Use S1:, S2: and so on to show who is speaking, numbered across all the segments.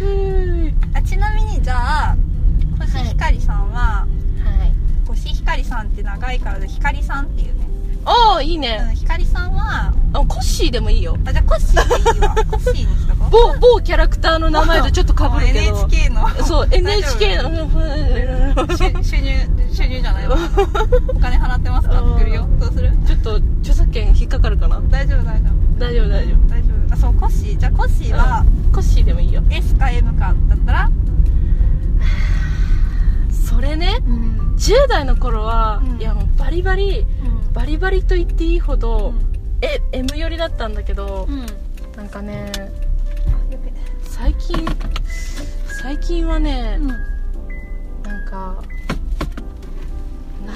S1: うん
S2: あちなみにじゃあ星ひかりさんは、
S1: はい
S2: 星ひかりさんって長いからでひかりさんっていうね、
S1: ああいいうね、
S2: ん、ひかりさんは
S1: あコッシーでもいいよ
S2: あじゃあコッシーでい いわコッシーにしとこう
S1: 某某キャラクターの名前とちょっとかぶるけど
S2: もう NHK の
S1: そう NHK
S2: の
S1: の
S2: 収収入収入じゃないわお金払ってますかってくるよどうする
S1: ちょっと著作権引っかかるかな
S2: 大丈夫大丈夫
S1: 大丈夫大丈
S2: 大丈夫あそうコッシーじゃあコッシーは、
S1: 夫コッシーでもいいよ
S2: S か M かだったら
S1: それね
S2: うん
S1: 10代の頃は、
S2: うん
S1: いやもうバリバリ
S2: うん
S1: バリバリと言っていいほど、
S2: う
S1: え M 寄りだったんだけど、
S2: んうん
S1: なんかね
S2: やべ
S1: 最近最近はね、
S2: うん
S1: なんか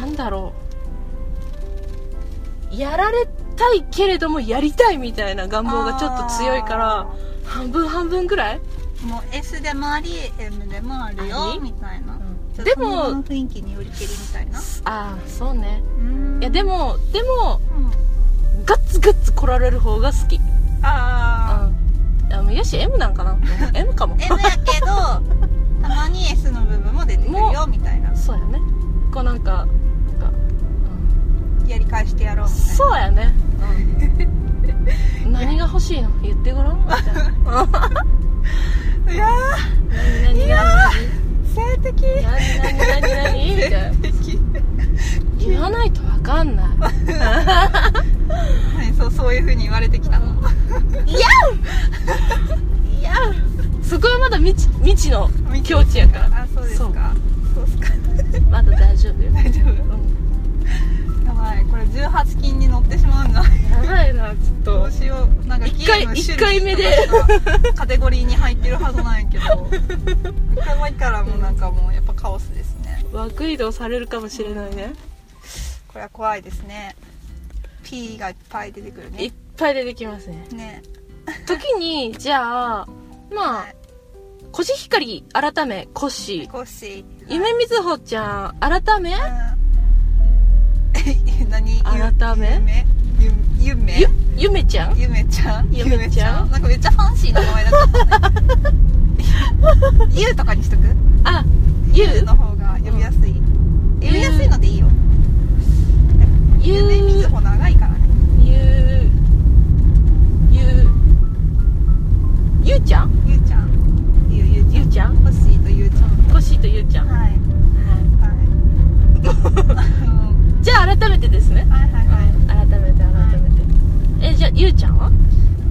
S1: なんだろうやられたいけれどもやりたいみたいな願望がちょっと強いから
S2: あ
S1: 半分半分ぐらい
S2: ーもう S でもあり M でもある
S1: あ
S2: よ
S1: り
S2: みたいなちょっと
S1: で
S2: その
S1: も
S2: 雰囲気によりけりみたいな
S1: ああそうね
S2: うん
S1: いやでもでも
S2: うん
S1: ガッツガッツ来られる方が好き
S2: ああ
S1: うんあもうよし M なんか な M かも
S2: M やけどたまに S の部分も出てくるよみたいな
S1: そうやねこうなんかなんか、
S2: やり返してやろう
S1: うん、
S2: みたいな
S1: そうやね、うん、何が欲しいの言ってごらん みたいなうん
S2: いや
S1: 何何
S2: いや
S1: 何
S2: ー性的
S1: 何何何何みたいな
S2: 的
S1: 言わないと分かんない
S2: はい そうそういう風に言われてきたの
S1: いやそこはまだ未知未知の境地やから
S2: あそうですかそうっすか
S1: まだ大丈夫よ、
S2: 大丈夫
S1: うん、
S2: やばいこれ18金に乗ってしまうんだ
S1: やばいなちょっ
S2: ど
S1: と
S2: うしようなんかゲ
S1: 一回
S2: ーム
S1: 一回目で
S2: でカテゴリーに入ってるはずなんやけど一回目からもうなんかもうやっぱカオスですね
S1: 枠移動されるかもしれないね
S2: これは怖いですね P がいっぱい出てくる
S1: いっ
S2: ね
S1: ぱい出てきますね
S2: ね
S1: 時にじゃあまあコシヒカリ改めコッシー
S2: コッシー
S1: 夢みずほちゃん改め
S2: うん 何ゆ
S1: 改め
S2: ゆ夢
S1: ゆゆめちゃん
S2: ゆめちゃん
S1: ゆめちゃん
S2: なんかめっちゃファンシーな名前 だったねゆとかにしとく
S1: あゆ
S2: ゆの方が呼びやすい、呼びやすいのでいいよ
S1: ゆ
S2: 夢みずほ長いからね
S1: ゆゆゆうちゃん
S2: ゆうちゃんゆうゆう
S1: ゆうちゃん
S2: 欲しいとゆうちゃん
S1: コッシーとゆうちゃん、
S2: はいはい
S1: じゃあ改めてですね、
S2: はいはいはい
S1: 改めて改めて、えじゃあゆうちゃんは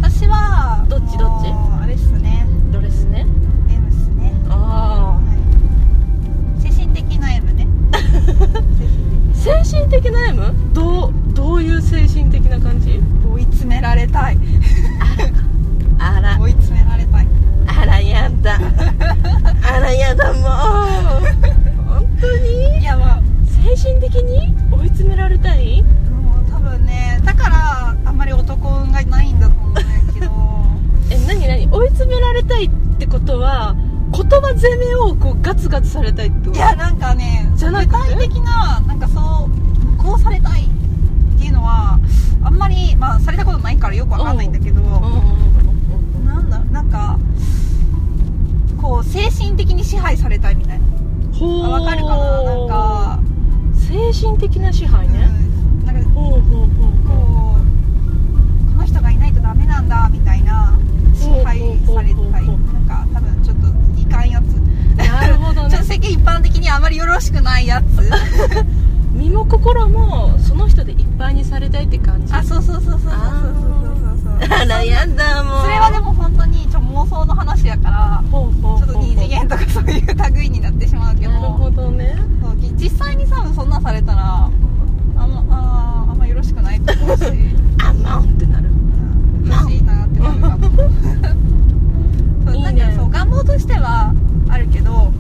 S2: 私は
S1: どっちどっち
S2: もうあれっすね
S1: ドレスね
S2: M っすね、
S1: あ
S2: はい、精神的な M ね精神
S1: あ精神的な M? どうどういう精神的な感じ
S2: 的追い詰められたい
S1: あら
S2: 追い詰められたい
S1: あらや だあらやだもう本当に
S2: いやまあ
S1: 精神的に追い詰められたい
S2: もう多分ねだからあんまり男運がないんだと思うんだけ ど
S1: え何何追い詰められたいってことは言葉攻めをこうガツガツされたいってこと
S2: いやなんかね
S1: じゃなく
S2: 具
S1: て
S2: 体的ななんかそうこうされたいっていうのはあんまり、まあ、されたことないからよくわかんないんだけど
S1: うんうんうん
S2: なんだなんかこう精神的に支配されたいみたいな
S1: うんほ
S2: あわかるかななんか、
S1: 精神的な支配ね、
S2: うん、なんか
S1: ほうほうほう
S2: こ
S1: ほ
S2: うこの人がいないとダメなんだみたいな支配されたいなんか多分ちょっといかんやつ
S1: うなるほ ど
S2: ち
S1: ね
S2: ょっと世間一般的にあまりよろしくな いやつ
S1: 身も心もその人でいっぱいにされたいって感じ
S2: あそうそうそうそうそうそうそうそうそうそ
S1: あらやだもう
S2: れはでも本当にちょ妄想の話やから
S1: ほうほう
S2: ちょ
S1: ほ
S2: っ
S1: う
S2: と二次元とかそういう類になってしまうけど
S1: なるほどね
S2: そう実際に多分そんなされたらあんまあーあんまよろしくないと思 うし
S1: あマンってなる
S2: うん欲しいなってなるかもそう
S1: いい
S2: な
S1: ね
S2: んかそう願望としてはあるけど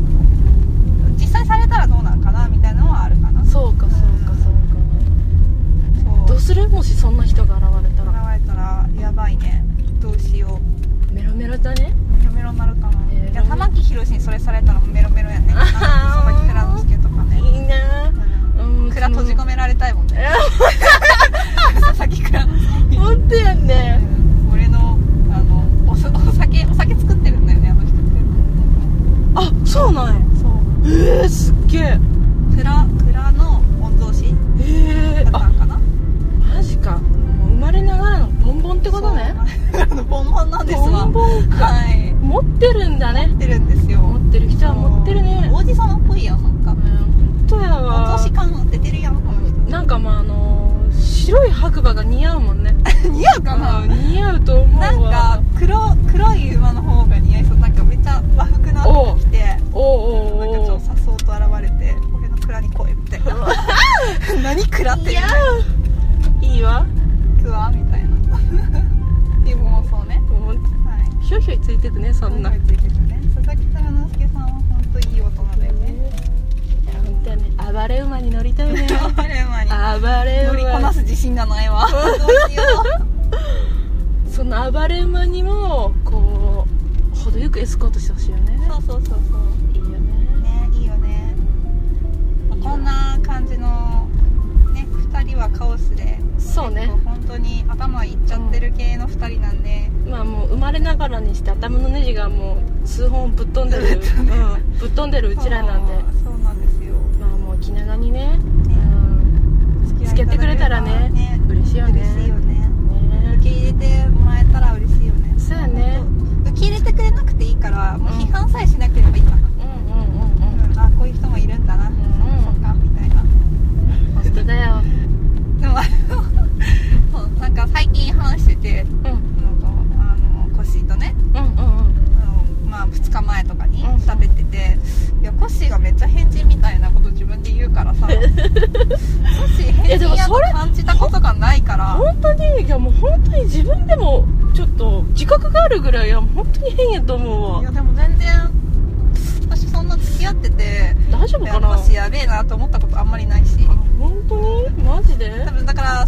S2: 実際されたらどうなんかなみたいなのはあるかな
S1: そ
S2: そう
S1: うかそうかそうかどうするもしそんな人が現れたら
S2: られたらやばいねどうしよう
S1: メロメロだね
S2: メロメロになるかな、
S1: えー
S2: いや玉木宏にそれされたらメロメロやね
S1: あは
S2: 玉木蔵之介とかね
S1: いいな
S2: うん
S1: うん
S2: 蔵閉じ込められたいもんね佐々木蔵あのボンボンなんです
S1: ボ
S2: わ
S1: ンボンか
S2: はい
S1: 持ってるんだね
S2: 持ってるんですよ
S1: 持ってる人は持ってるね
S2: 王子様っぽいやんなんか
S1: 本当やわ
S2: お年感出てるやんこの人
S1: なんかまああのー白い白馬が似合うもん ね
S2: 似合うかな
S1: 似合うと思うわ
S2: なんか黒黒い馬の方が似合いそうなんかめっちゃ和服の後が来て
S1: おうお
S2: なんかち
S1: うお
S2: ょっと
S1: う
S2: さっそうと現れて俺の蔵に来いみたい な何蔵って
S1: 似合ういいわ
S2: くわみたいなでもそうね
S1: もう
S2: はい
S1: ひょいひょいついてくねそんな
S2: 今回ついてたね佐々木蔵之介さんは本当いい大人だよ ね
S1: いや本当やね暴れ馬に乗りたい ね
S2: 暴れ馬に
S1: 暴れ馬
S2: 乗りこなす自信がないわどうしよ
S1: その暴れ馬にもこう程よくエスコートしてほしいよね
S2: うそうそうそうそ
S1: いいよね
S2: うねいいよね、まあ
S1: いいよ
S2: こんな感じのね2人はカオスで
S1: そうね
S2: 結構本当に頭いっちゃってる系の2人なんで、
S1: まあもう生まれながらにして頭のネジがもう数 本ぶっ飛んでる、うん、ぶっ飛んでるうちらなんで
S2: そうそうなんですよ
S1: まあもう気長にね、う
S2: ね
S1: ん、
S2: 付
S1: 付き合ってくれたらね
S2: ね
S1: 嬉しいよね
S2: 嬉しいよね受
S1: ね
S2: け入れてもらえたら嬉しいよね
S1: そうやね
S2: 受け入れてくれなくていいからもう
S1: うん
S2: 批判さえしなければいいかな、
S1: うんうんうんうん
S2: うんあこういう人もいるんだな、
S1: ん
S2: そっかみたいな
S1: 本当だよ
S2: でもあの そうなんか最近話してて
S1: うん
S2: なんかあのコッシーとね
S1: うんうんうん
S2: あのまあ2日前とかに
S1: うん
S2: 喋ってて、いやコッシーがめっちゃ変人みたいなこと自分で言うから さコッシー
S1: いや
S2: 変
S1: でも
S2: 人やと
S1: それ
S2: 感じたことがないから
S1: 本当にいやもう本当に自分でもちょっと自覚があるぐらいいや本当に変やと思うわ
S2: いやでも全然私そんな付き合ってて
S1: 大丈夫
S2: いや
S1: かな
S2: コッシーやべえなと思ったことあんまりないし
S1: あ本当にマジで
S2: 多分だから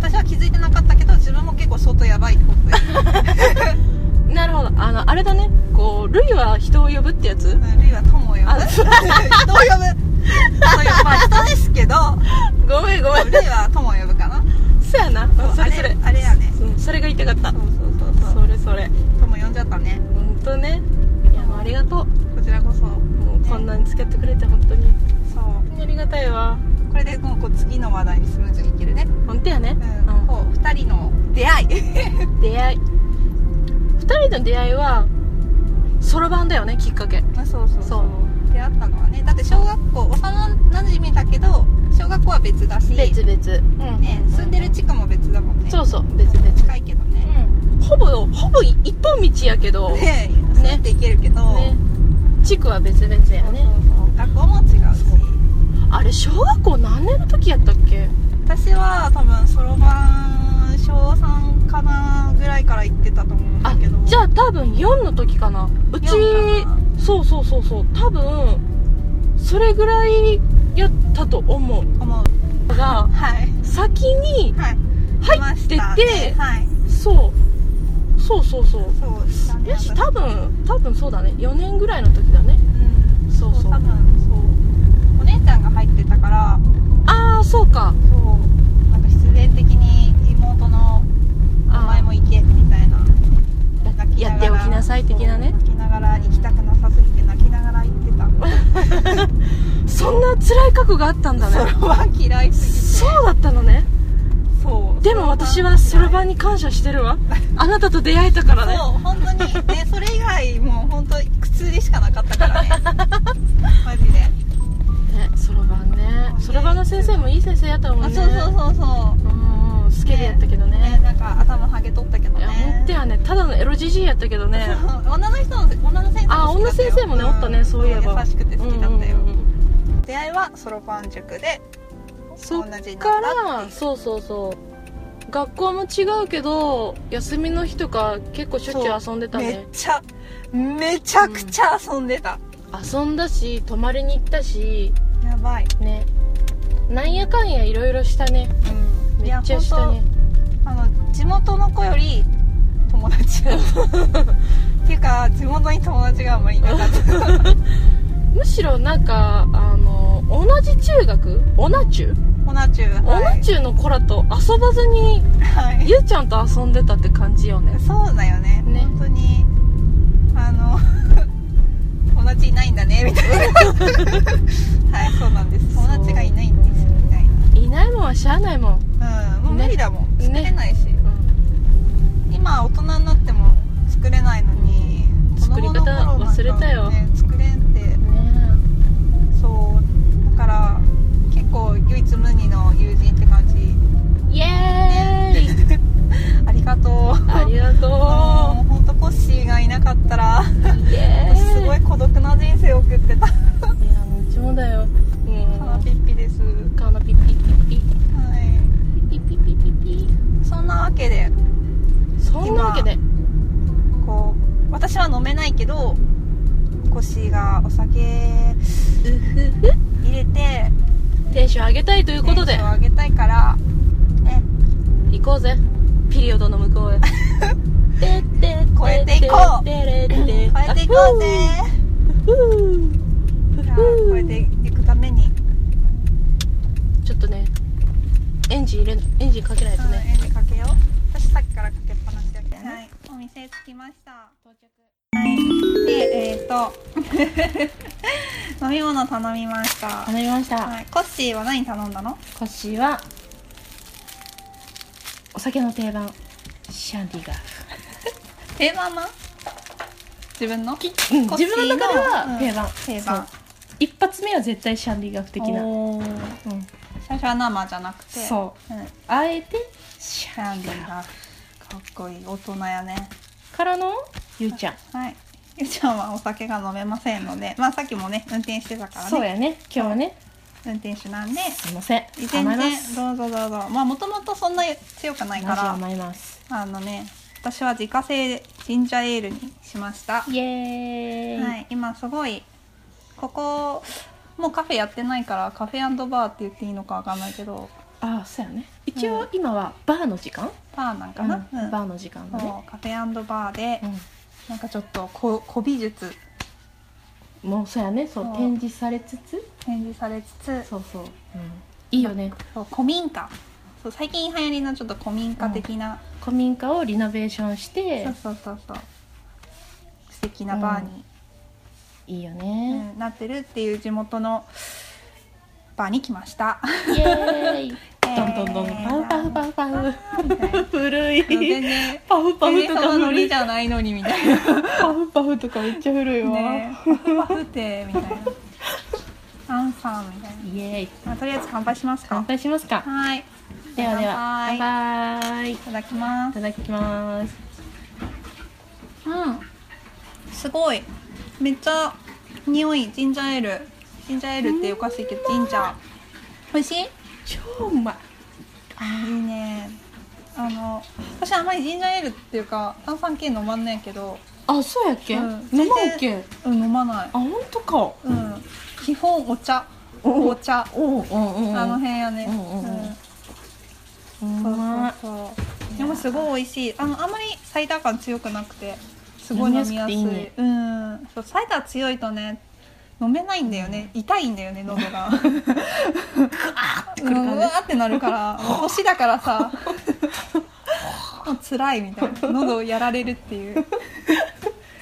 S2: 私は気づいてなかったけど自分も結構相当やばいってことで、
S1: なるほどあのあれだねこうルイは人を呼ぶってやつ
S2: うん、ルイは友を呼ぶ人を呼ぶ
S1: あそ
S2: 人を呼ぶまあ人ですけど
S1: ごめんごめん
S2: ルイは友を呼ぶかな
S1: そやな
S2: そう
S1: そ
S2: あ
S1: れそれ
S2: れあれやね
S1: うんそれが言いたかった
S2: そうそうそうそ
S1: そうれそれ
S2: 友呼んじゃったね
S1: 本当ねいやもうありがと
S2: こちらこそう
S1: もうこんなに付き合ってくれて本当に本
S2: そう
S1: 当にありがたいわ
S2: これでもうこう次の話題にスムーズにいけるね、
S1: 本当やね
S2: う、ん
S1: うん
S2: こう2人の出会い
S1: 出会い2人の出会いはそろばんだよねきっかけ
S2: あ そうそう
S1: そう
S2: 出会ったのはねだって小学校幼なじみだけど小学校は別だし
S1: 別々、うん
S2: ね、住んでる地区も別だもんね
S1: そうそう別々、
S2: 近いけどね、
S1: うん、ほぼほぼ一本道やけど、ね
S2: ねそうやって行けるけど、
S1: 地区は別々や
S2: そうそう
S1: ね
S2: そう学校も違うし
S1: そうあれ小学校何年の時やったっけ
S2: 私は多分そろばん小3かなぐらいから行ってたと思うんだ
S1: あ
S2: けど
S1: じゃあ多分4の時かなうち
S2: 4かな
S1: そうそうそうそう多分それぐらいやったと思う
S2: 思う
S1: が
S2: はい
S1: 先に
S2: はい
S1: 入
S2: いま
S1: っ
S2: してた
S1: て
S2: ねはい
S1: そうそうそうそう
S2: そうしたね
S1: よし
S2: 私
S1: 多分多分そうだね4年ぐらいの時だね
S2: うん
S1: そうそう
S2: 多分そうお姉ちゃんが入ってたから
S1: ああそうか
S2: そうなんか必然的に妹のお前も行けみたいな
S1: や
S2: 泣き
S1: や
S2: な
S1: っ
S2: が
S1: て
S2: ら
S1: おきなさい的なね
S2: そう泣きながら行きたくなさすぎて泣きながら行ってた
S1: そんな辛い過去があったんだ
S2: そ
S1: ね
S2: ろばん嫌いす
S1: そうだったのね
S2: ぎてそう
S1: でも私はそろばんに感謝してるわあなたと出会えたから
S2: そう
S1: ね
S2: 本当にねそれ以外もう本当苦痛でしかなかっ たからねマジで
S1: ねそろばんねそろばんの先生もいい先生やったもん
S2: あ
S1: ね
S2: そうそうそうそう
S1: うんうん好きでやったけど
S2: う
S1: ね
S2: ねなんか頭ハゲ取ったけど
S1: い
S2: ね
S1: やほんとやねただのエロじじいやったけど ね
S2: そう女の人の女の先生も好きだったよ
S1: あ女先生もねおったね
S2: ん
S1: そういえば
S2: 優しくて好きだったよ、
S1: うんうんうん
S2: 出会いはそろばん塾で
S1: そっ
S2: 同じにな
S1: か
S2: ったっていう
S1: らそうそうそう学校も違うけど休みの日とか結構しょっちゅう遊んでた
S2: めっ
S1: ね
S2: ちゃめちゃくちゃ遊んでた、
S1: 遊んだし泊まりに行ったし
S2: やばい、
S1: ねなんやかんやいろいろしたね
S2: うん、
S1: めっちゃしたね
S2: あの地元の子より 友達っていうか地元に友達があんまりいなかった
S1: むしろなんかあの同じ中学オナ中
S2: オナチュー
S1: オナ中の子らと遊ばずに
S2: はい、はい、
S1: ゆうちゃんと遊んでたって感じよね
S2: そうだよね
S1: ね
S2: 本当にあの 友達いないんだねみたいなはいそうなんです友達がいないんですみたい
S1: いないもんはしゃあないもん、
S2: なうんもう無理だもん、
S1: ね
S2: 作れないし、
S1: うん
S2: 今
S1: そんなわけで
S2: こう私は飲めないけどコッシーがお酒
S1: うふふ
S2: 入れて
S1: テンション上げたいということ
S2: テ
S1: で
S2: ンション上げたいからね
S1: 行こうぜピリオドの向 こうへてって
S2: 超えていこう
S1: てれって
S2: 超えていこうぜ
S1: ふうふう
S2: じゃあ超えていくために
S1: ちょっとねエンジン入れエンジンかけないとね、
S2: うん、絵にかけよう私さっきからかけっぱなしだけどはいお店着きましたはいでえっ、と 飲み物頼みました
S1: 頼みました、
S2: はい、コッシーは何頼んだの
S1: コッシーはお酒の定番シャンディガー
S2: 定番な自分の
S1: うん
S2: コッシ
S1: 自
S2: ーの
S1: 分の中で
S2: う
S1: は定
S2: ん
S1: 番、
S2: 定番
S1: そう一発目は絶対シャンディガー的な、うん、
S2: おー最初は生じゃなくて、
S1: そう
S2: ん、
S1: あえてシ
S2: キ
S1: ャ
S2: ャ
S1: ン
S2: ン
S1: デ
S2: デ
S1: ィ
S2: ィ
S1: ガー
S2: ーがかっこいい大人やね
S1: からのゆうちゃん、
S2: はいゆうちゃんはお酒が飲めませんのでまあさっきもね運転してたからね
S1: そうやね今日はね
S2: 運転手なんです
S1: いません
S2: 全
S1: 甘えま
S2: 然
S1: す
S2: どうぞどうぞまあもともとそんな強くないか
S1: マジ
S2: ら
S1: 甘えます
S2: あのね私は自家製ジンジャーエールにしました
S1: イエーイ、
S2: はい、今すごいここもうカフェやってないからカフェバーって言っていいのかわかんないけど
S1: ああそうやね一
S2: う
S1: 応
S2: ん
S1: 今はバーの時間、
S2: バーなんか
S1: うん
S2: な、うん
S1: バーの時間だね
S2: そうカフェバーで、
S1: う
S2: なんかちょっとこ古美術
S1: んもうそうやねそう
S2: そう
S1: 展示されつつ
S2: 展示されつつ
S1: そうそう、うん、いいよね
S2: そう古民家そう最近流行りのちょっと古民家的な、
S1: 古民家をリノベーションして
S2: そうそうそうそう素敵なバーに、
S1: いいよ
S2: うん
S1: ね、
S2: なってるっていう地元のバーに来ました。
S1: イエー イどんどんどんパフパフパフパフ
S2: みたいな
S1: 古
S2: 全
S1: い
S2: 然
S1: パフパ
S2: 全
S1: フ
S2: 然
S1: と
S2: そ
S1: か
S2: のノ
S1: 古
S2: リ
S1: い
S2: じ
S1: パ
S2: ゃないのにみたいな。
S1: フパフとかめっちゃ古いわ、
S2: ねえ、パフテみたいな。アンさんみたいな。
S1: イエーイ
S2: まあ、とりあえず乾杯しますか。
S1: 乾杯しますか
S2: はい。
S1: ではでは
S2: 乾
S1: 乾
S2: 杯。
S1: 杯い
S2: いただきま
S1: た
S2: す。
S1: だきます
S2: うん。すごい。めっちゃ匂いジンジャーエール。ジンジャーエールっておかしいけどジンジャー。美味しい？い
S1: 超うまい
S2: いね。あの私あんまりジンジャーエールっていうか炭酸系飲まんねんけど、
S1: あそうやっけ、
S2: うん
S1: 飲まんけ
S2: うん飲まな
S1: あ。
S2: い
S1: 本当か
S2: うん。基本お茶。お茶。
S1: おううんうんうん
S2: あの辺やね。
S1: うんうんうん
S2: ん
S1: う
S2: そう
S1: まい
S2: そうそうでもすごい美味しいあのあんまりサイダー感強くなくてすごい飲みやすい
S1: 飲みやすくていいね
S2: うんそうサイダー強いとね飲めないんだよね痛いんだよね喉がうんうわーってなるから年だからさ もう辛いみたいな喉をやられるっていう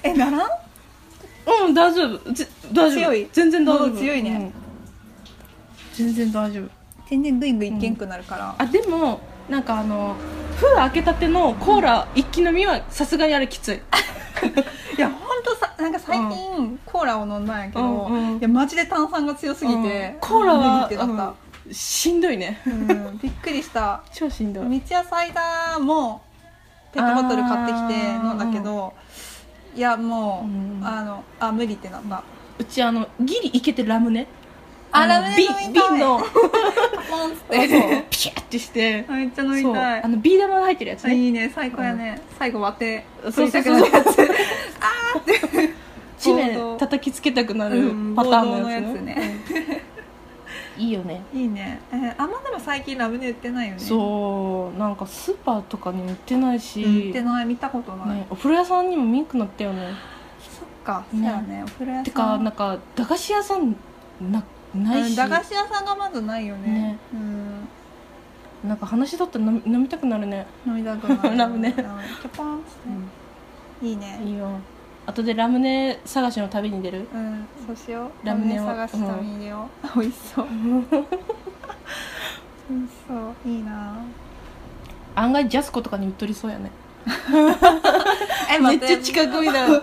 S2: えならん
S1: うん大丈夫ぜ大丈夫
S2: 強い
S1: 全然大丈夫
S2: 喉強いね
S1: うん全然大丈夫
S2: 全然グイグイいけんくなるから、
S1: あでもなんかあの封開けたてのコーラ一気飲みはさすがにあれきつ い
S2: いやほんとさなんか最近、コーラを飲んだんやけど、
S1: うんうん
S2: いやマジで炭酸が強すぎて、
S1: うんコーラ
S2: 無
S1: は
S2: 理ってなった、
S1: うんしんどいね
S2: うんびっくりした
S1: 超しんどい
S2: 三ツ矢サイダーもペットボトル買ってきて飲んだけどいやもう、
S1: うん
S2: あのあ無理ってなった
S1: うちあのギリいけてラムネ
S2: あ
S1: の
S2: ラムネ飲みたい
S1: 瓶瓶 の
S2: ポンっつっ
S1: あそう
S2: て
S1: ピシャってして
S2: めっちゃ飲み
S1: そう
S2: たい
S1: あのビー玉が入ってるやつ
S2: あい
S1: ね
S2: いね最高やね、最後割って
S1: そうそうそう
S2: 取りたくなるや
S1: 地面叩きつけたくな
S2: つう
S1: る
S2: ん
S1: パターン
S2: 暴動
S1: の
S2: の
S1: や
S2: や
S1: つ
S2: つ
S1: ね
S2: ね
S1: いいよね
S2: いいね、えー、あんまでも最近ラムネ売ってないよねう
S1: そうなんかスーパーとかにも売ってないし、
S2: 売ってない見たことない、
S1: ね、お風呂屋さんにもミンクなったよね
S2: そっかそ
S1: ね
S2: うやねお風呂屋さん
S1: てかなんか駄菓子屋さんなない
S2: うん
S1: し、
S2: 駄菓子屋さんがまずないよね
S1: ね
S2: うん
S1: なんか話だったら飲み飲みたくなるね、
S2: 飲みたくなる
S1: ラムネ
S2: キャポンっつっていいね
S1: いいよあとでラムネ探しの旅に出る
S2: うんそうしよう
S1: ラ
S2: ラ
S1: ム
S2: ム
S1: ネ
S2: ネ
S1: を
S2: 探すためによ、う美味しそう美味しそういいな
S1: 案外ジャスコとかに売っとりそうやね
S2: え
S1: めっちゃ近くみ たいな
S2: も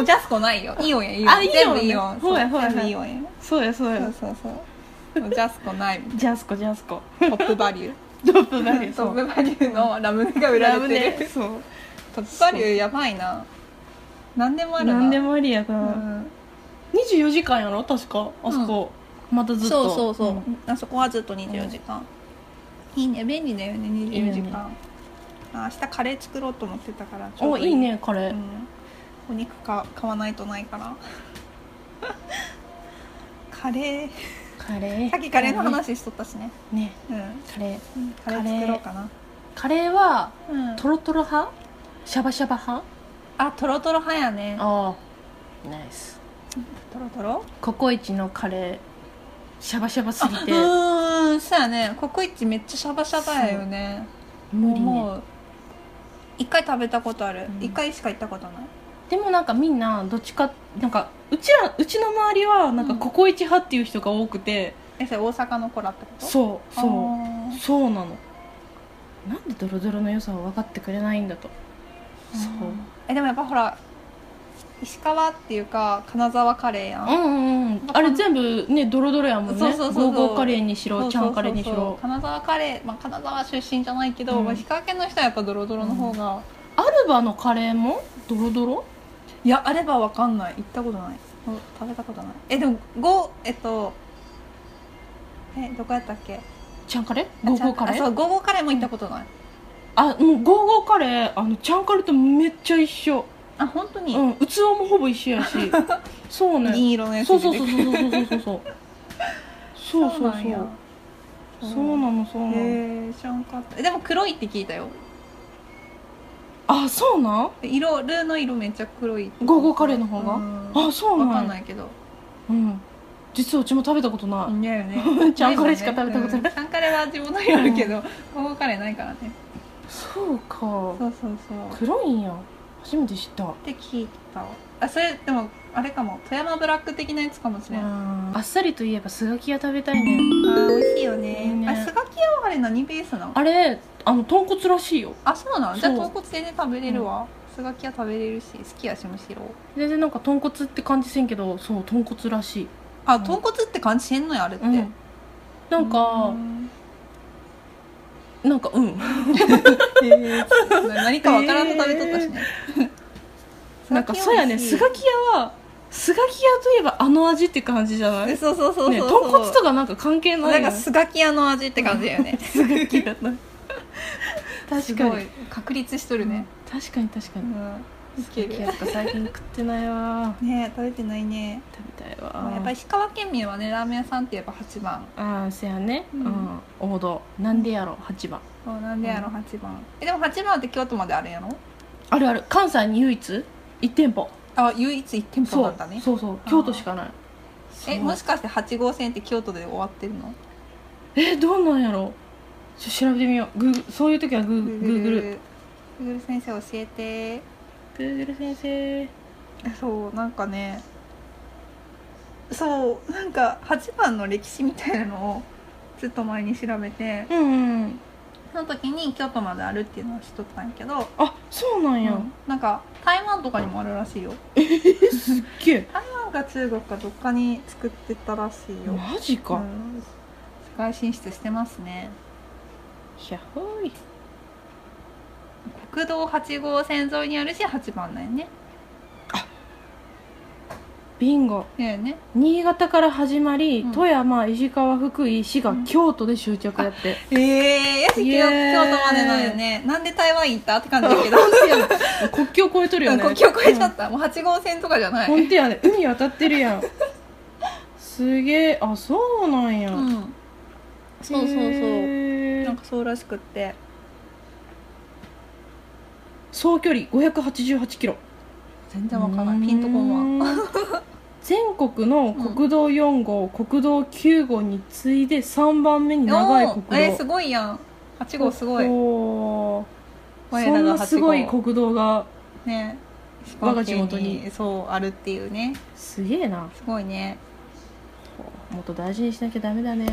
S2: うジャスコないよイオンやイオン
S1: あイオンね
S2: 全部イオン
S1: ほうやほうや
S2: 全部イオンや
S1: そうやそうや
S2: そうそうそうもうジャスコない
S1: ジャスコジャスコ
S2: トップバリュ
S1: トップバリュ
S2: ー
S1: ー
S2: ト
S1: そ
S2: ッ
S1: う
S2: プバリューのラムネが売られてる
S1: そう
S2: トップバリューやばいな何でもあるな
S1: 何でもありやか
S2: う
S1: ら、
S2: ん
S1: 24時間やろ確かあそこ、またずっ
S2: そ
S1: と
S2: うそうそう、
S1: ん
S2: あそこはずっと24時間、いいね便利だよね24時間、あ明日カレー作ろうと思ってたからちょ
S1: お
S2: うど
S1: いいねこ
S2: う
S1: れ、
S2: ん、お肉か買わないとないから カレー
S1: カレー
S2: さっきカレーの話しとったしね、
S1: ね
S2: うん、
S1: カレー
S2: カレー作ろうかな、
S1: カレーは
S2: うん、
S1: トロトロ派シャバシャバ派
S2: あとろとろ派やね
S1: ああナイス
S2: とろとろ
S1: ココイチのカレーシャバシャバすぎて
S2: うんそうやねココイチめっちゃシャバシャバやよね
S1: 無理ね
S2: もう一回食べたことある
S1: うん
S2: 一、回しか行ったことない
S1: でもなんかみんなどっちかなんかうちらうちの周りはなんか
S2: うん
S1: ココイチ派っていう人が多くて、
S2: えそれ大阪の子らってこと
S1: そう
S2: あ
S1: そ
S2: ー
S1: うそうなのなんでドロドロの良さを分かってくれないんだとそう
S2: えでもやっぱほら石川っていうか金沢カレーやん
S1: うんうんうんあれ全部ねドロドロやもんね
S2: そうそうそうそう
S1: ゴーゴーカレーにし
S2: そう
S1: ろ
S2: そう
S1: ちゃんカレーにし
S2: そうそ
S1: ろ
S2: う金沢カレー、まあ、金沢出身じゃないけど、
S1: うん
S2: まあ、石川県の人はやっぱドロドロの方が、
S1: アルバのカレーもドロドロ
S2: いやあればわかんない行ったことないお食べたことないえでもごえっとえどこやったっけ
S1: ちゃんカレーゴーゴーカレ
S2: あ
S1: ー
S2: そうゴーゴーカレーも行ったことない、
S1: あもうゴーゴーカレーあのちゃんカレーとめっちゃ一緒
S2: あ本当に、
S1: うん器もほぼ一緒や しそうね
S2: 銀色のやつ
S1: そうそう
S2: 出
S1: そ
S2: て
S1: う
S2: くる
S1: そうそうそうそうそうそうそう
S2: なんや
S1: そうなのそうなの
S2: へえ知らんかったえでも黒いって聞いたよ
S1: あそうなん
S2: 色ルーの色めっちゃ黒い
S1: ゴーゴーカレーの方が
S2: うん
S1: あそうなん
S2: わかん
S1: い
S2: ないけど
S1: うん実はうちも食べたことない、
S2: だよね
S1: ちゃんカレーしか食べたことない
S2: うんちゃんカレーは自分の色あるけどゴーゴーカレーないからね
S1: そうか
S2: そうそうそう
S1: 黒いんや初めて知った
S2: って聞いたあそれでもあれかも富山ブラック的なやつかもしれない、あ
S1: あっさりといえばスガキ屋食べたいね
S2: ー美味しいよ
S1: いいね
S2: あスガキ屋はあれ何ベースなのあ
S1: あれあの豚骨らしいよ
S2: そうなのじゃあ
S1: そう
S2: 豚骨でね食べれるわ、スガキ屋食べれるし好きやしむしろ
S1: 全然なんか豚骨って感じせんけどそう豚骨らしい
S2: あ
S1: うん
S2: 豚骨って感じせんのやあれって、
S1: うんなんか
S2: う、ん
S1: なんか うん
S2: 何かわからんと食べとったしね、
S1: なんかそうやねスガキ屋はスガキ屋といえばあの味って感じじゃない
S2: えそうそうそうそう
S1: ね
S2: そう
S1: 豚骨とかなんか関係ない
S2: な
S1: よ
S2: ん
S1: ね
S2: かスガキ屋の味って感じだよね
S1: スガキ屋の
S2: す
S1: 確か
S2: ご
S1: に
S2: い 確立しとるね、
S1: 確かに確か
S2: う
S1: に
S2: ん、
S1: スガキ屋とか最近食ってないわ
S2: ね 食べてないね
S1: 食べたい
S2: ま
S1: わ
S2: あやっぱり石川県民はねラーメン屋さんってやっぱ8番
S1: ああせやねう
S2: うんん、
S1: 王道なんでやろ8番
S2: そうなんでやろ8番、えでも8番って京都まであるやろ
S1: あるある関西に唯一1店舗
S2: あ唯一1店舗
S1: そ
S2: だ
S1: う
S2: ったね
S1: そうそう京都しかないそう
S2: えもしかして8号線って京都で終わってるの
S1: えどうなんやろちょっと調べてみようグーグルそういう時はグーグルグーグル
S2: グーグル先生教えて
S1: グーグル先生
S2: そうなんかねそうなんか8番の歴史みたいなのをずっと前に調べて
S1: うんうん
S2: その時に京都まであるっていうのは知っとったんやけど、
S1: あそうなんや、
S2: うんなんか台湾とかにもあるらしいよ
S1: えすっげえ
S2: 台湾か中国かどっかに作ってたらしいよ、
S1: マジか、
S2: うん世界進出してますね
S1: ひゃほい
S2: 国道8号線沿いにあるし8番だよね
S1: ビンゴ
S2: だよね
S1: 新潟から始まり、
S2: うん
S1: 富山石川福井滋賀、
S2: うん
S1: 京都で終着やって
S2: ええー、
S1: イ
S2: 京
S1: エ
S2: 都
S1: ーイ
S2: までなんよねなんで台湾行ったって感じだけど
S1: 国境越えとるよね
S2: 国境越えちゃった、もう8号線とかじゃない
S1: ほんとやね海渡ってるやんすげえあそうなんや、
S2: うん、そうそうそう
S1: へー
S2: なんかそうらしくって
S1: 総距離588キロ
S2: 全然わかんないピンとこんわ
S1: うーん全国の国道4号、国道9号に次いで3番目に長い国
S2: お
S1: 道
S2: ーえー、すごいやん8号すごい
S1: おー
S2: 我
S1: そ
S2: ら
S1: んな
S2: が八号
S1: すごい国道が
S2: ね
S1: 我が地元に
S2: 石川県そうあるっていうね
S1: すげえな
S2: すごいね
S1: もっと大事にしなきゃダメだね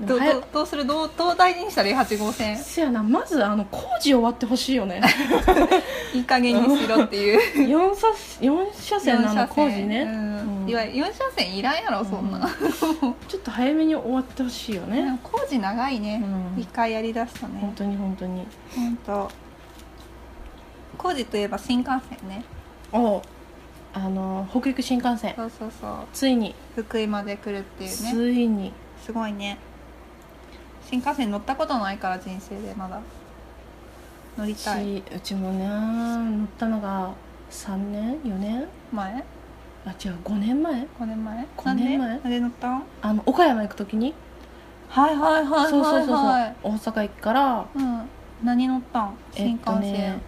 S1: で
S2: ど
S1: も
S2: う
S1: 早
S2: どうどうするどうどう大事にしたらいい8号線
S1: せやなまずあの工事終わってほしいよね
S2: いい加減にしろっ ていう
S1: 4, 車四車線のあの工事
S2: う
S1: ね、
S2: ん
S1: うん
S2: いわゆる4車線いらんやろそんな、
S1: ちょっと早めに終わってほしいよね、
S2: 工事長いうね、
S1: ん
S2: 一回やりだした
S1: 本
S2: ね
S1: 当に本当に
S2: ほんと工事といえば新幹線ね
S1: おあの北陸新幹線
S2: そうそうそう
S1: ついに、
S2: 福井まで来るっていうね
S1: ついに
S2: すごいね新幹線乗ったことないから人生でまだ乗り
S1: うち
S2: たいう
S1: ちもね乗ったのが3年4年
S2: 前
S1: あ違う5年前
S2: 5年前
S1: 五年前
S2: なんでなんで乗ったん
S1: あの岡山行く時に
S2: はいはいはいはいはい
S1: そうそうそうそう大阪行くから
S2: うん何乗ったん新幹線、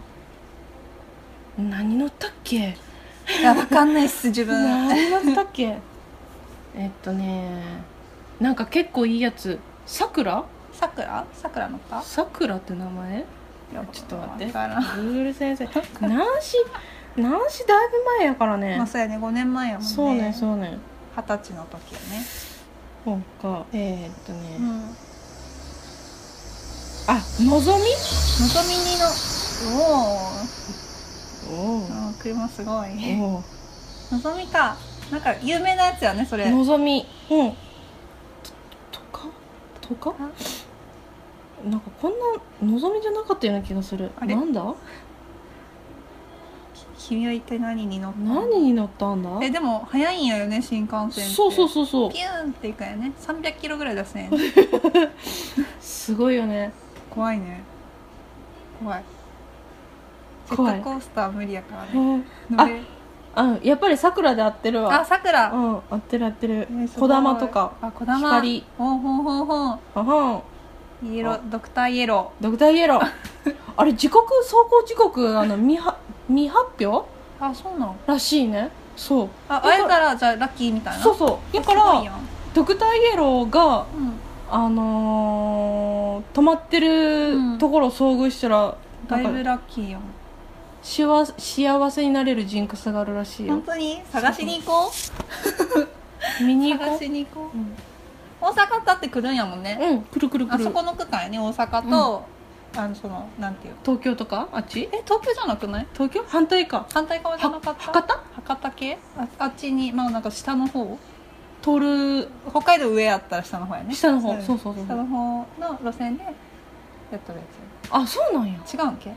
S1: 何乗ったっけ
S2: いやわかんないっ す自分
S1: 何乗ったっけえっとねなんか結構いいやつさくら
S2: さくらさくら乗った
S1: さくらって名前
S2: いや
S1: ちょっと待って
S2: わからん
S1: グーグル先生何し何しだいぶ前やからね
S2: まあそうやね5年前やもんね
S1: そうねそうね
S2: 二十歳の時やね
S1: なんかえーっとね、
S2: うんの
S1: あのぞみ
S2: ぞみにの
S1: お
S2: おお車すごい
S1: おお
S2: のぞみかなんか有名なやつやねそれ
S1: のぞみうんとかとかなんかこんなのぞみじゃなかったような気がする
S2: あれ
S1: なんだ
S2: 君は一体何に乗った
S1: 何に乗ったんだ
S2: えでも早いんやよね新幹線って
S1: そうそうそうそう
S2: ピューンっていくんやね300キロぐらい出すね
S1: すごいよね
S2: 怖いね怖いジェ
S1: 怖い
S2: ットコースター無理やからね
S1: うん
S2: 乗れ
S1: あやっぱりさくらで合ってる
S2: あ
S1: わ
S2: さくら
S1: うん合ってる合ってる
S2: えすご
S1: こ
S2: い
S1: だまとか
S2: あこだま
S1: 光
S2: ほんほんほんほん
S1: あはん
S2: イエロ
S1: あ
S2: ードクターイエロ
S1: ドクターイエロ ーあれ時刻走行時刻あの未は未発表
S2: ーあそうなの
S1: らしいねそう
S2: あ
S1: だから
S2: 会えたらじゃあラッキーみたいな
S1: そうそうだか
S2: すごい
S1: ら
S2: やん
S1: ドクターイエローが
S2: うん
S1: あのー、止まってるところを遭遇したら、
S2: だい
S1: な
S2: ぶ
S1: んか
S2: ラッキーやん
S1: しわ幸せになれるジンクスがあるらしいよ
S2: 本当に探しに行こう
S1: 見に行こ
S2: 探
S1: う
S2: しに行こう
S1: うん、
S2: 大阪だって来るんやもんね
S1: うん、くるくるく
S2: あ
S1: る
S2: そこの区間やね大阪とあのそのなんていう
S1: 東京とかあっち
S2: え東京じゃなくない
S1: 東京反対か
S2: 反対側じゃなかった
S1: 博多
S2: 博多系ああっちにまあなんか下の方
S1: 通る
S2: 北海道上やったら下の方やね
S1: 下の方
S2: ん
S1: そうそうそう
S2: 下の方の路線でやっとるやつ
S1: あそうなんや
S2: 違うん け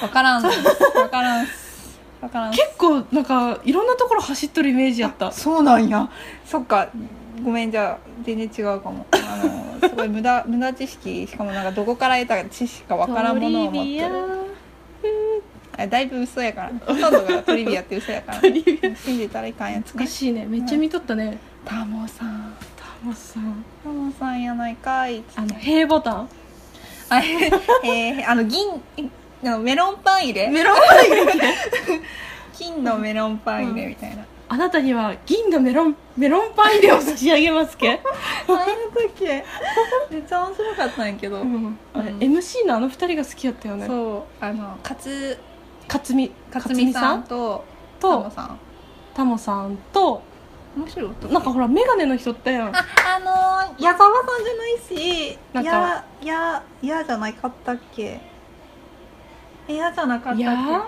S2: 分からん分からん分からん
S1: 結構なんかいろんなところ走っとるイメージやった
S2: そうなんやそっかごめんじゃあ全然違うかもあのすごい無駄 無駄知識しかもなんかどこから得た知識か分からんものを
S1: トリ
S2: 持っ
S1: ビ
S2: て
S1: ア
S2: るあだいぶ嘘やからほとんどがトリビアって嘘やから
S1: トリビ
S2: 信じたらいかんやつか
S1: 懐かしいねめっちゃ見とったね
S2: タモさん
S1: タモさん
S2: タモさんやないかいっつ
S1: あ
S2: っ
S1: の
S2: て
S1: 平ボタン
S2: あえーあの銀あのメロンパン入れ
S1: ロン
S2: 金のメロンパン入れみたいな
S1: あなたには銀のメロンメロンパン入れを差し上げますけ、
S2: 前の時めっちゃ面白かったんやけど、
S1: うん、あれ
S2: うん
S1: MC のあの二人が好きやったよね
S2: そうあの勝
S1: 勝美
S2: 勝美さ
S1: 勝
S2: んと
S1: 美
S2: タモ
S1: と
S2: さん
S1: タモさんと
S2: 面白い男
S1: なんかほら眼鏡の人ったやん
S2: ああのー、矢沢さんじゃないし
S1: なんか
S2: やややじゃなかったっけえやじゃなかったっ
S1: い
S2: け
S1: やー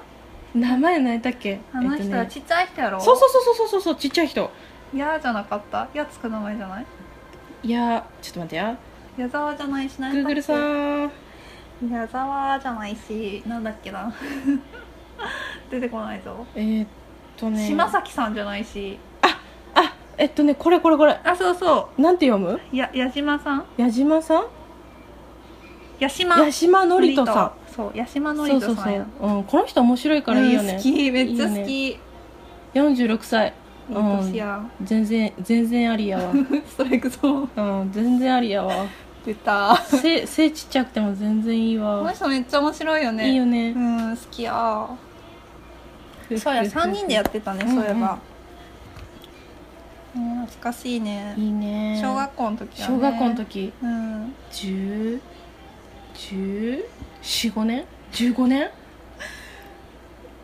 S1: 名前何やったっけ
S2: あの人
S1: えっ
S2: は
S1: とね
S2: ちっちゃい人やろ、
S1: そうそうそうそうそうそうちっちゃい人
S2: うやじゃなかったやつく名前じゃない
S1: いやーちょっと待ってや
S2: 矢沢じゃないしな
S1: グーグルさん
S2: ん矢沢じゃないしなんだっけな 出てこないぞ、
S1: えーっとね
S2: 島崎さんじゃないし
S1: あえっとねこれこれこれ
S2: あそうそ
S1: なんて読む
S2: うや矢島さん
S1: 矢島さん
S2: 矢島
S1: 矢島のりとさ
S2: んそう矢島
S1: ん
S2: の
S1: そ
S2: り
S1: うそ
S2: と
S1: う
S2: さ
S1: そ
S2: んや
S1: う、うん、この人面白いからいいよ
S2: うん
S1: ね
S2: 好きめっちゃ好き
S1: い
S2: いい,、
S1: 46歳
S2: 年や、
S1: 全然全然ありやわ
S2: ストライクゾーン
S1: うん全然ありやわ
S2: 出た
S1: 背背ちっちゃくても全然いい
S2: この
S1: わ
S2: 人めっちゃ面白いよね
S1: いいよ
S2: う
S1: ね
S2: ん好きやそうや3人でやってたね
S1: うんうん
S2: そういえば、うん懐かしいね
S1: いいね
S2: 小学校の時はね
S1: 小学校の時
S2: うん
S1: 1 0 1 4年15年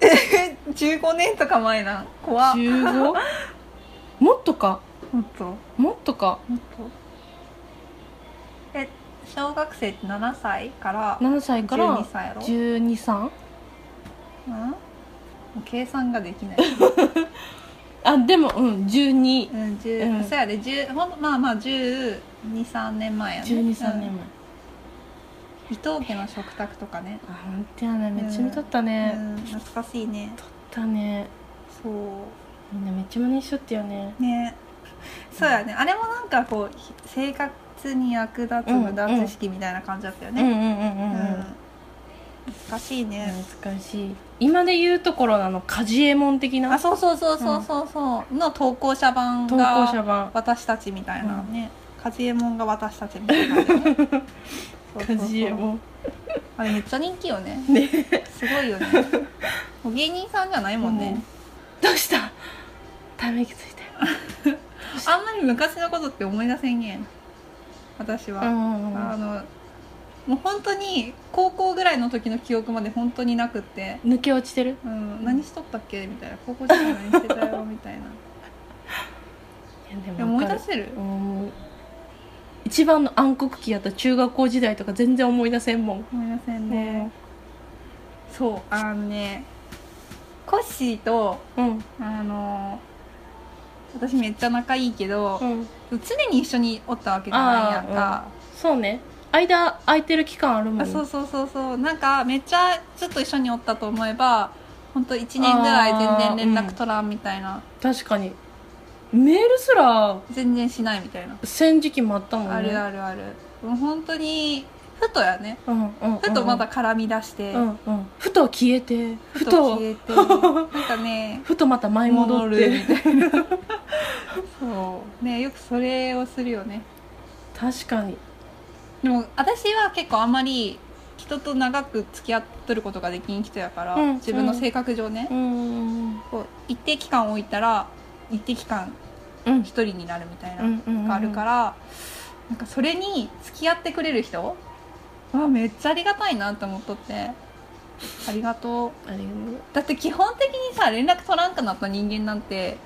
S2: え15年とか前なん怖っも
S1: 15? もっとか
S2: っとも
S1: もっとか
S2: っとえ小学生って7歳から
S1: 7歳から
S2: 12歳やろ
S1: 12歳
S2: うんもう計算ができ ない
S1: あでもうん1212
S2: うん、十、
S1: うん
S2: そうやで、十、ほんと、まあまあ、十二三年前やね。
S1: 3年前、
S2: うん伊藤家の食卓とかね。
S1: あ本当やねめっちゃ見とったね、
S2: うん、懐かしいね。
S1: だね
S2: そ
S1: みんなめっちゃ真似しとったよね
S2: う。ね。そうやね、あれもなんか、こう、ひ性格、立つに役立つ無駄知識みたいな感じだったよ
S1: うんうん
S2: ね、
S1: うんう
S2: うん
S1: んうん
S2: 難しいね、
S1: 難しい今で言うところのあの家事エモン的な
S2: あそうそうそうそうそうそうの投稿者版
S1: 投稿者
S2: が
S1: 版
S2: 私たちみたいなね、カジエモンが私たちみたいな ね、そう
S1: 家
S2: そうそう
S1: 事エモン
S2: あれめっちゃ人気 よね
S1: ね
S2: すごいよねもう芸人さんじゃないもんね、
S1: どうしたため息ついて
S2: あんまり昔のことって思い出せんげん私は、
S1: ん
S2: あのもう本当に高校ぐらいの時の記憶まで本当になくって、
S1: 抜け落ちてる
S2: うん、何しとったっけみたいな高校時代何してたよみたい な
S1: いやで
S2: いや思い
S1: わか
S2: 出
S1: る
S2: せる
S1: うん一番の暗黒期やった中学校時代とか全然思い出せんもん
S2: 思い出せんね、そうあのねコッシーと
S1: うん
S2: あの私めっちゃ仲いいけど
S1: う、ん
S2: 常に一緒におったわけじゃないやんか、
S1: そうね間空いてる期間あるもん
S2: あそうそうそうそうなんかめっちゃずっと一緒におったと思えば本当1年ぐらい全然連絡取らんみたいな、
S1: 確かにメールすら
S2: 全然しないみたいな、
S1: 戦時期もあったもんね
S2: あるあるあるもう本当にふとやね
S1: うんうんうん
S2: ふとまだ絡み出して、
S1: うんうんふと消えてふ
S2: ふと
S1: と
S2: 消えてなん かね
S1: ふとまた舞い戻って
S2: みたいな そうねよくそれをするよね
S1: 確かに
S2: でも私は結構あんまり人と長く付き合っとることができん人やから、
S1: うん
S2: 自分の性格上ね、
S1: うん
S2: こう一定期間置いたら一定期間
S1: うん
S2: 一人になるみたいな
S1: うんうんうん
S2: のがあるから、なんかそれに付き合ってくれる人わめっちゃありがたいなと思っとってありがとう
S1: あれ
S2: だって基本的にさ連絡取らんくなった人間なんて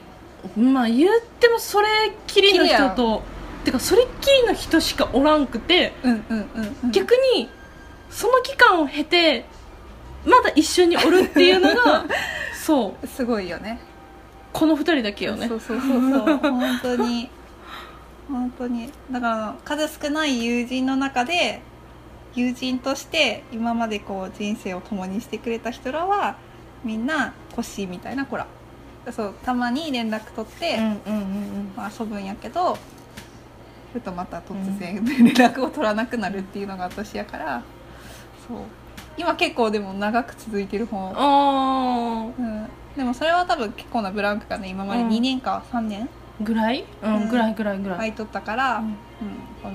S1: まあ言ってもそれっきりの人
S2: きり
S1: とてかそれっきりの人しかおらんくて
S2: うんうんうん、うん、
S1: 逆にその期間を経てまだ一緒におるっていうのが そう
S2: すごいよね
S1: この二人だけよね
S2: そうそうそうそう本 当に本当にだから数少ない友人の中で友人として今までこう人生を共にしてくれた人らはみんなコッシーみたいな子らそうたまに連絡取って、
S1: んうんうん
S2: まあ、遊ぶんやけどふとまた突然連絡を取らなくなるっていうのが私やからそう今結構でも長く続いてる方
S1: あ
S2: うん、でもそれは多分結構なブランクがね今まで
S1: うん
S2: 2年か3年
S1: ーぐらい、うん
S2: うん
S1: ぐらいぐらいぐら
S2: 空
S1: い、
S2: いとったから、
S1: うん
S2: うん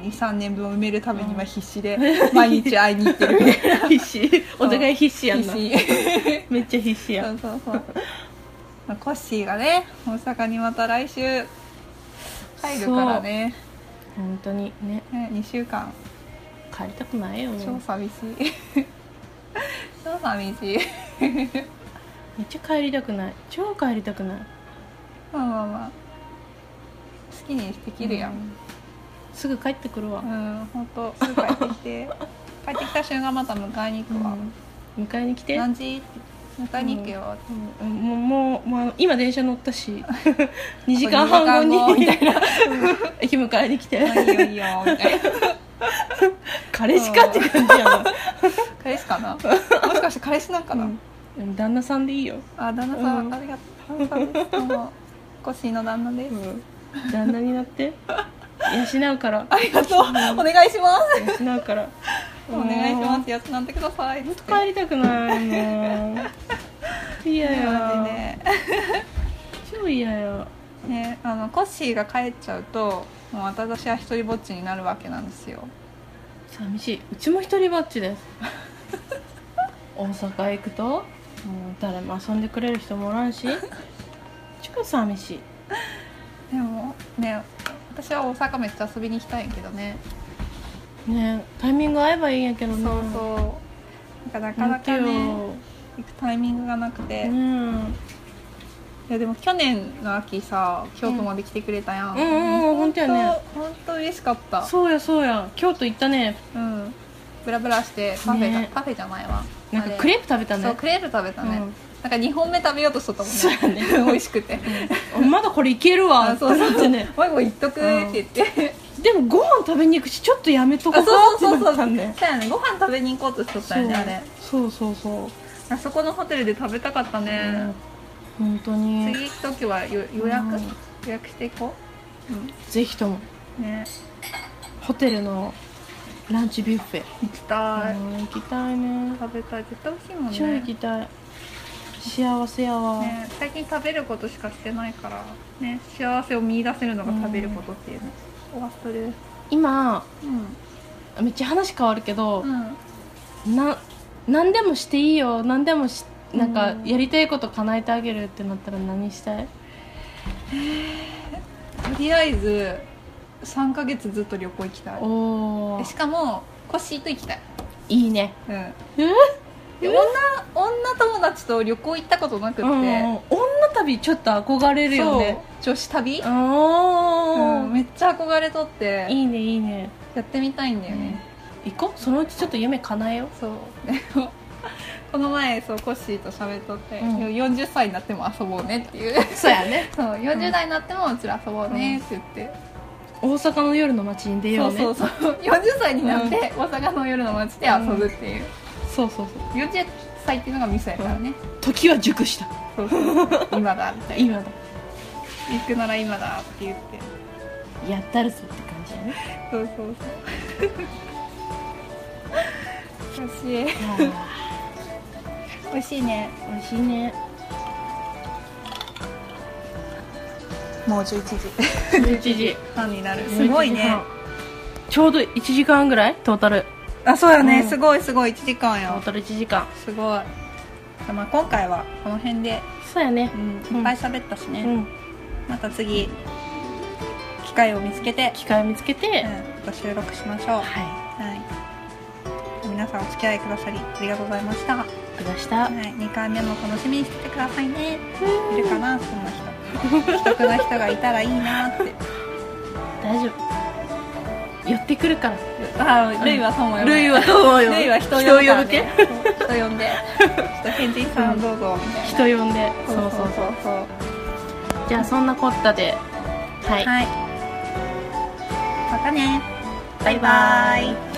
S2: 23年分を埋めるために
S1: う
S2: 今
S1: ん
S2: 必死で毎日会いに行ってる
S1: 必死お互い必死やん
S2: 必
S1: な
S2: 死
S1: めっちゃ必死や
S2: そうそうそうまあコッシーがね大阪にまた来週帰るからね
S1: 本当にね
S2: ね2週間
S1: 帰りたくないよ
S2: 超寂しい 超寂しい
S1: めっちゃ帰りたくない超帰りたくない
S2: まあまあまあ好きにできるやん
S1: うすぐ帰ってくるわ、
S2: うん本当すぐ帰ってき て帰ってきた瞬間また迎えに行くわ、
S1: うん迎えに来て
S2: 何時迎えに行くよ、
S1: うんもうもう、まあ、今電車乗った し2時間半後に
S2: 二時間
S1: 駅迎えに来て
S2: いいよいいよみたいな
S1: 彼氏かって感じやな、
S2: 彼氏 かなもしかして彼氏なんかな、
S1: うんでも旦那さんでいいよ、
S2: あ旦那さん、
S1: うん
S2: ありがとう旦那さんですどうもコッシーの旦那です、
S1: 旦那になって養うから
S2: ありがとうお願いします
S1: 養うから
S2: お願いしま
S1: も
S2: すやつなんてください本
S1: う帰りたくないもう嫌
S2: マジ
S1: や
S2: で
S1: 超嫌や
S2: ねあのコッシーが帰っちゃうともう私は一人ぼっちになるわけなんですよ
S1: 寂しいうちも一人ぼっちです 大阪行くともう誰も遊んでくれる人もおらんし超寂しい
S2: でもね私は大阪めっちゃ遊びに行きたいんやけどね
S1: ねタイミング合えばいいんやけど
S2: そう
S1: ね
S2: そうなんかなかな
S1: 本当
S2: か
S1: よ
S2: ね行くタイミングがなくて、
S1: う
S2: い
S1: んうん
S2: やでも去年の秋さ京都まで来てくれたやん、
S1: うんうんうん本当やね
S2: 本当嬉しかった
S1: そうやそうや京都行ったね
S2: うんブラブラしてパフェ、
S1: ね
S2: パフェじゃないわ
S1: なんかクレ
S2: ー
S1: ープ食べた
S2: プ
S1: ね
S2: そうクレープ食べたね、
S1: うん
S2: なんか2本目食べようとしとったもんね
S1: そうや
S2: 美味しくて、
S1: まだこれいけるわ
S2: あ
S1: って
S2: そう
S1: な
S2: そ
S1: っ
S2: う
S1: てね
S2: もう一個言っとくって言って、
S1: でもご飯食べに行くしちょっとやめとこ
S2: あ
S1: うか
S2: そう
S1: って
S2: そうそ
S1: な
S2: うそ
S1: った
S2: うそうん
S1: ね
S2: そうやねご飯食べに行こうとしとったよねあれ
S1: そうそうそう
S2: あそこのホテルで食べたかったね、
S1: 本当に
S2: 次行く時は予予約、
S1: うん
S2: 予約していこう、うん
S1: ぜひとも
S2: ね、
S1: ホテルのランチビュッフェ、
S2: 行きたい、
S1: うん行きたいね
S2: 食べたい絶対美味しいもんね
S1: 超行きたい幸せやわ、
S2: ね最近食べることしかしてないからね幸せを見出せるのが食べることっていうね、終わっとる
S1: 今
S2: う
S1: めっちゃ話変わるけど、
S2: ん、うん、
S1: な何でもしていいよ何でもしなんか
S2: うん
S1: やりたいこと叶えてあげるってなったら何したい
S2: とりあえず3ヶ月ずっと旅行行きたい
S1: お
S2: で
S1: お
S2: しかもコッシーと行きたい
S1: いいね
S2: うん
S1: え
S2: で女女友達と旅行行ったことなくって、
S1: うんうん女旅ちょっと憧れるよね
S2: そう女子旅、
S1: あ
S2: う
S1: ー
S2: んめっちゃ憧れとって
S1: いいねいいね
S2: やってみたいんだよね、
S1: 行こうそのうちちょっと夢叶えよう
S2: そうでも この前そうコッシーと喋っとって、
S1: うん
S2: 40歳になっても遊ぼうねって いう
S1: そうやね
S2: そう40代になってもうちら遊ぼうねって言って、
S1: 大阪の夜の街に出ようね
S2: そうそうそう40歳 になって大阪の夜の街で遊ぶっていう、
S1: そうそうそう
S2: 40歳っていうのがミソやからね、
S1: 時は熟した
S2: そうそう今だみたいな
S1: 今だ
S2: 行くなら今だって言って
S1: やったるぞって感じやね
S2: そうそうそう 美味しい
S1: あ
S2: 美味しいね
S1: ー美味しい ね
S2: もう11時
S1: 11時
S2: 半になるすごい
S1: 11時
S2: ね
S1: 半ちょうど1時間ぐらいトータル
S2: あそうよね、
S1: うん
S2: すごいすごい1時間
S1: ト
S2: よ
S1: ータル1時間
S2: すごいまあ今回はこの辺で、
S1: そうやね
S2: うん、いっぱい喋ったしね、
S1: うん
S2: また次機会を見つけて、
S1: 機会を見つけて
S2: うん、また収録しましょう
S1: は
S2: はい、皆さんお付き合いくださりありがとうございました、はい、
S1: い出した
S2: 2回目も楽しみにしててくださいねいるかなそんな人既得な人がいたらいいなって
S1: 大丈夫寄ってくるから
S2: あ
S1: ルイは
S2: 友
S1: ルイはどうよ
S2: ルイは人を呼
S1: 人を
S2: ぶ
S1: 呼
S2: から
S1: ぶけ
S2: ね人呼んで人変人さんどうぞみたいな
S1: 人呼んでそうそうそう
S2: そうそう
S1: じゃあそんなこったではい
S2: はいまたね
S1: バイバイ
S2: イ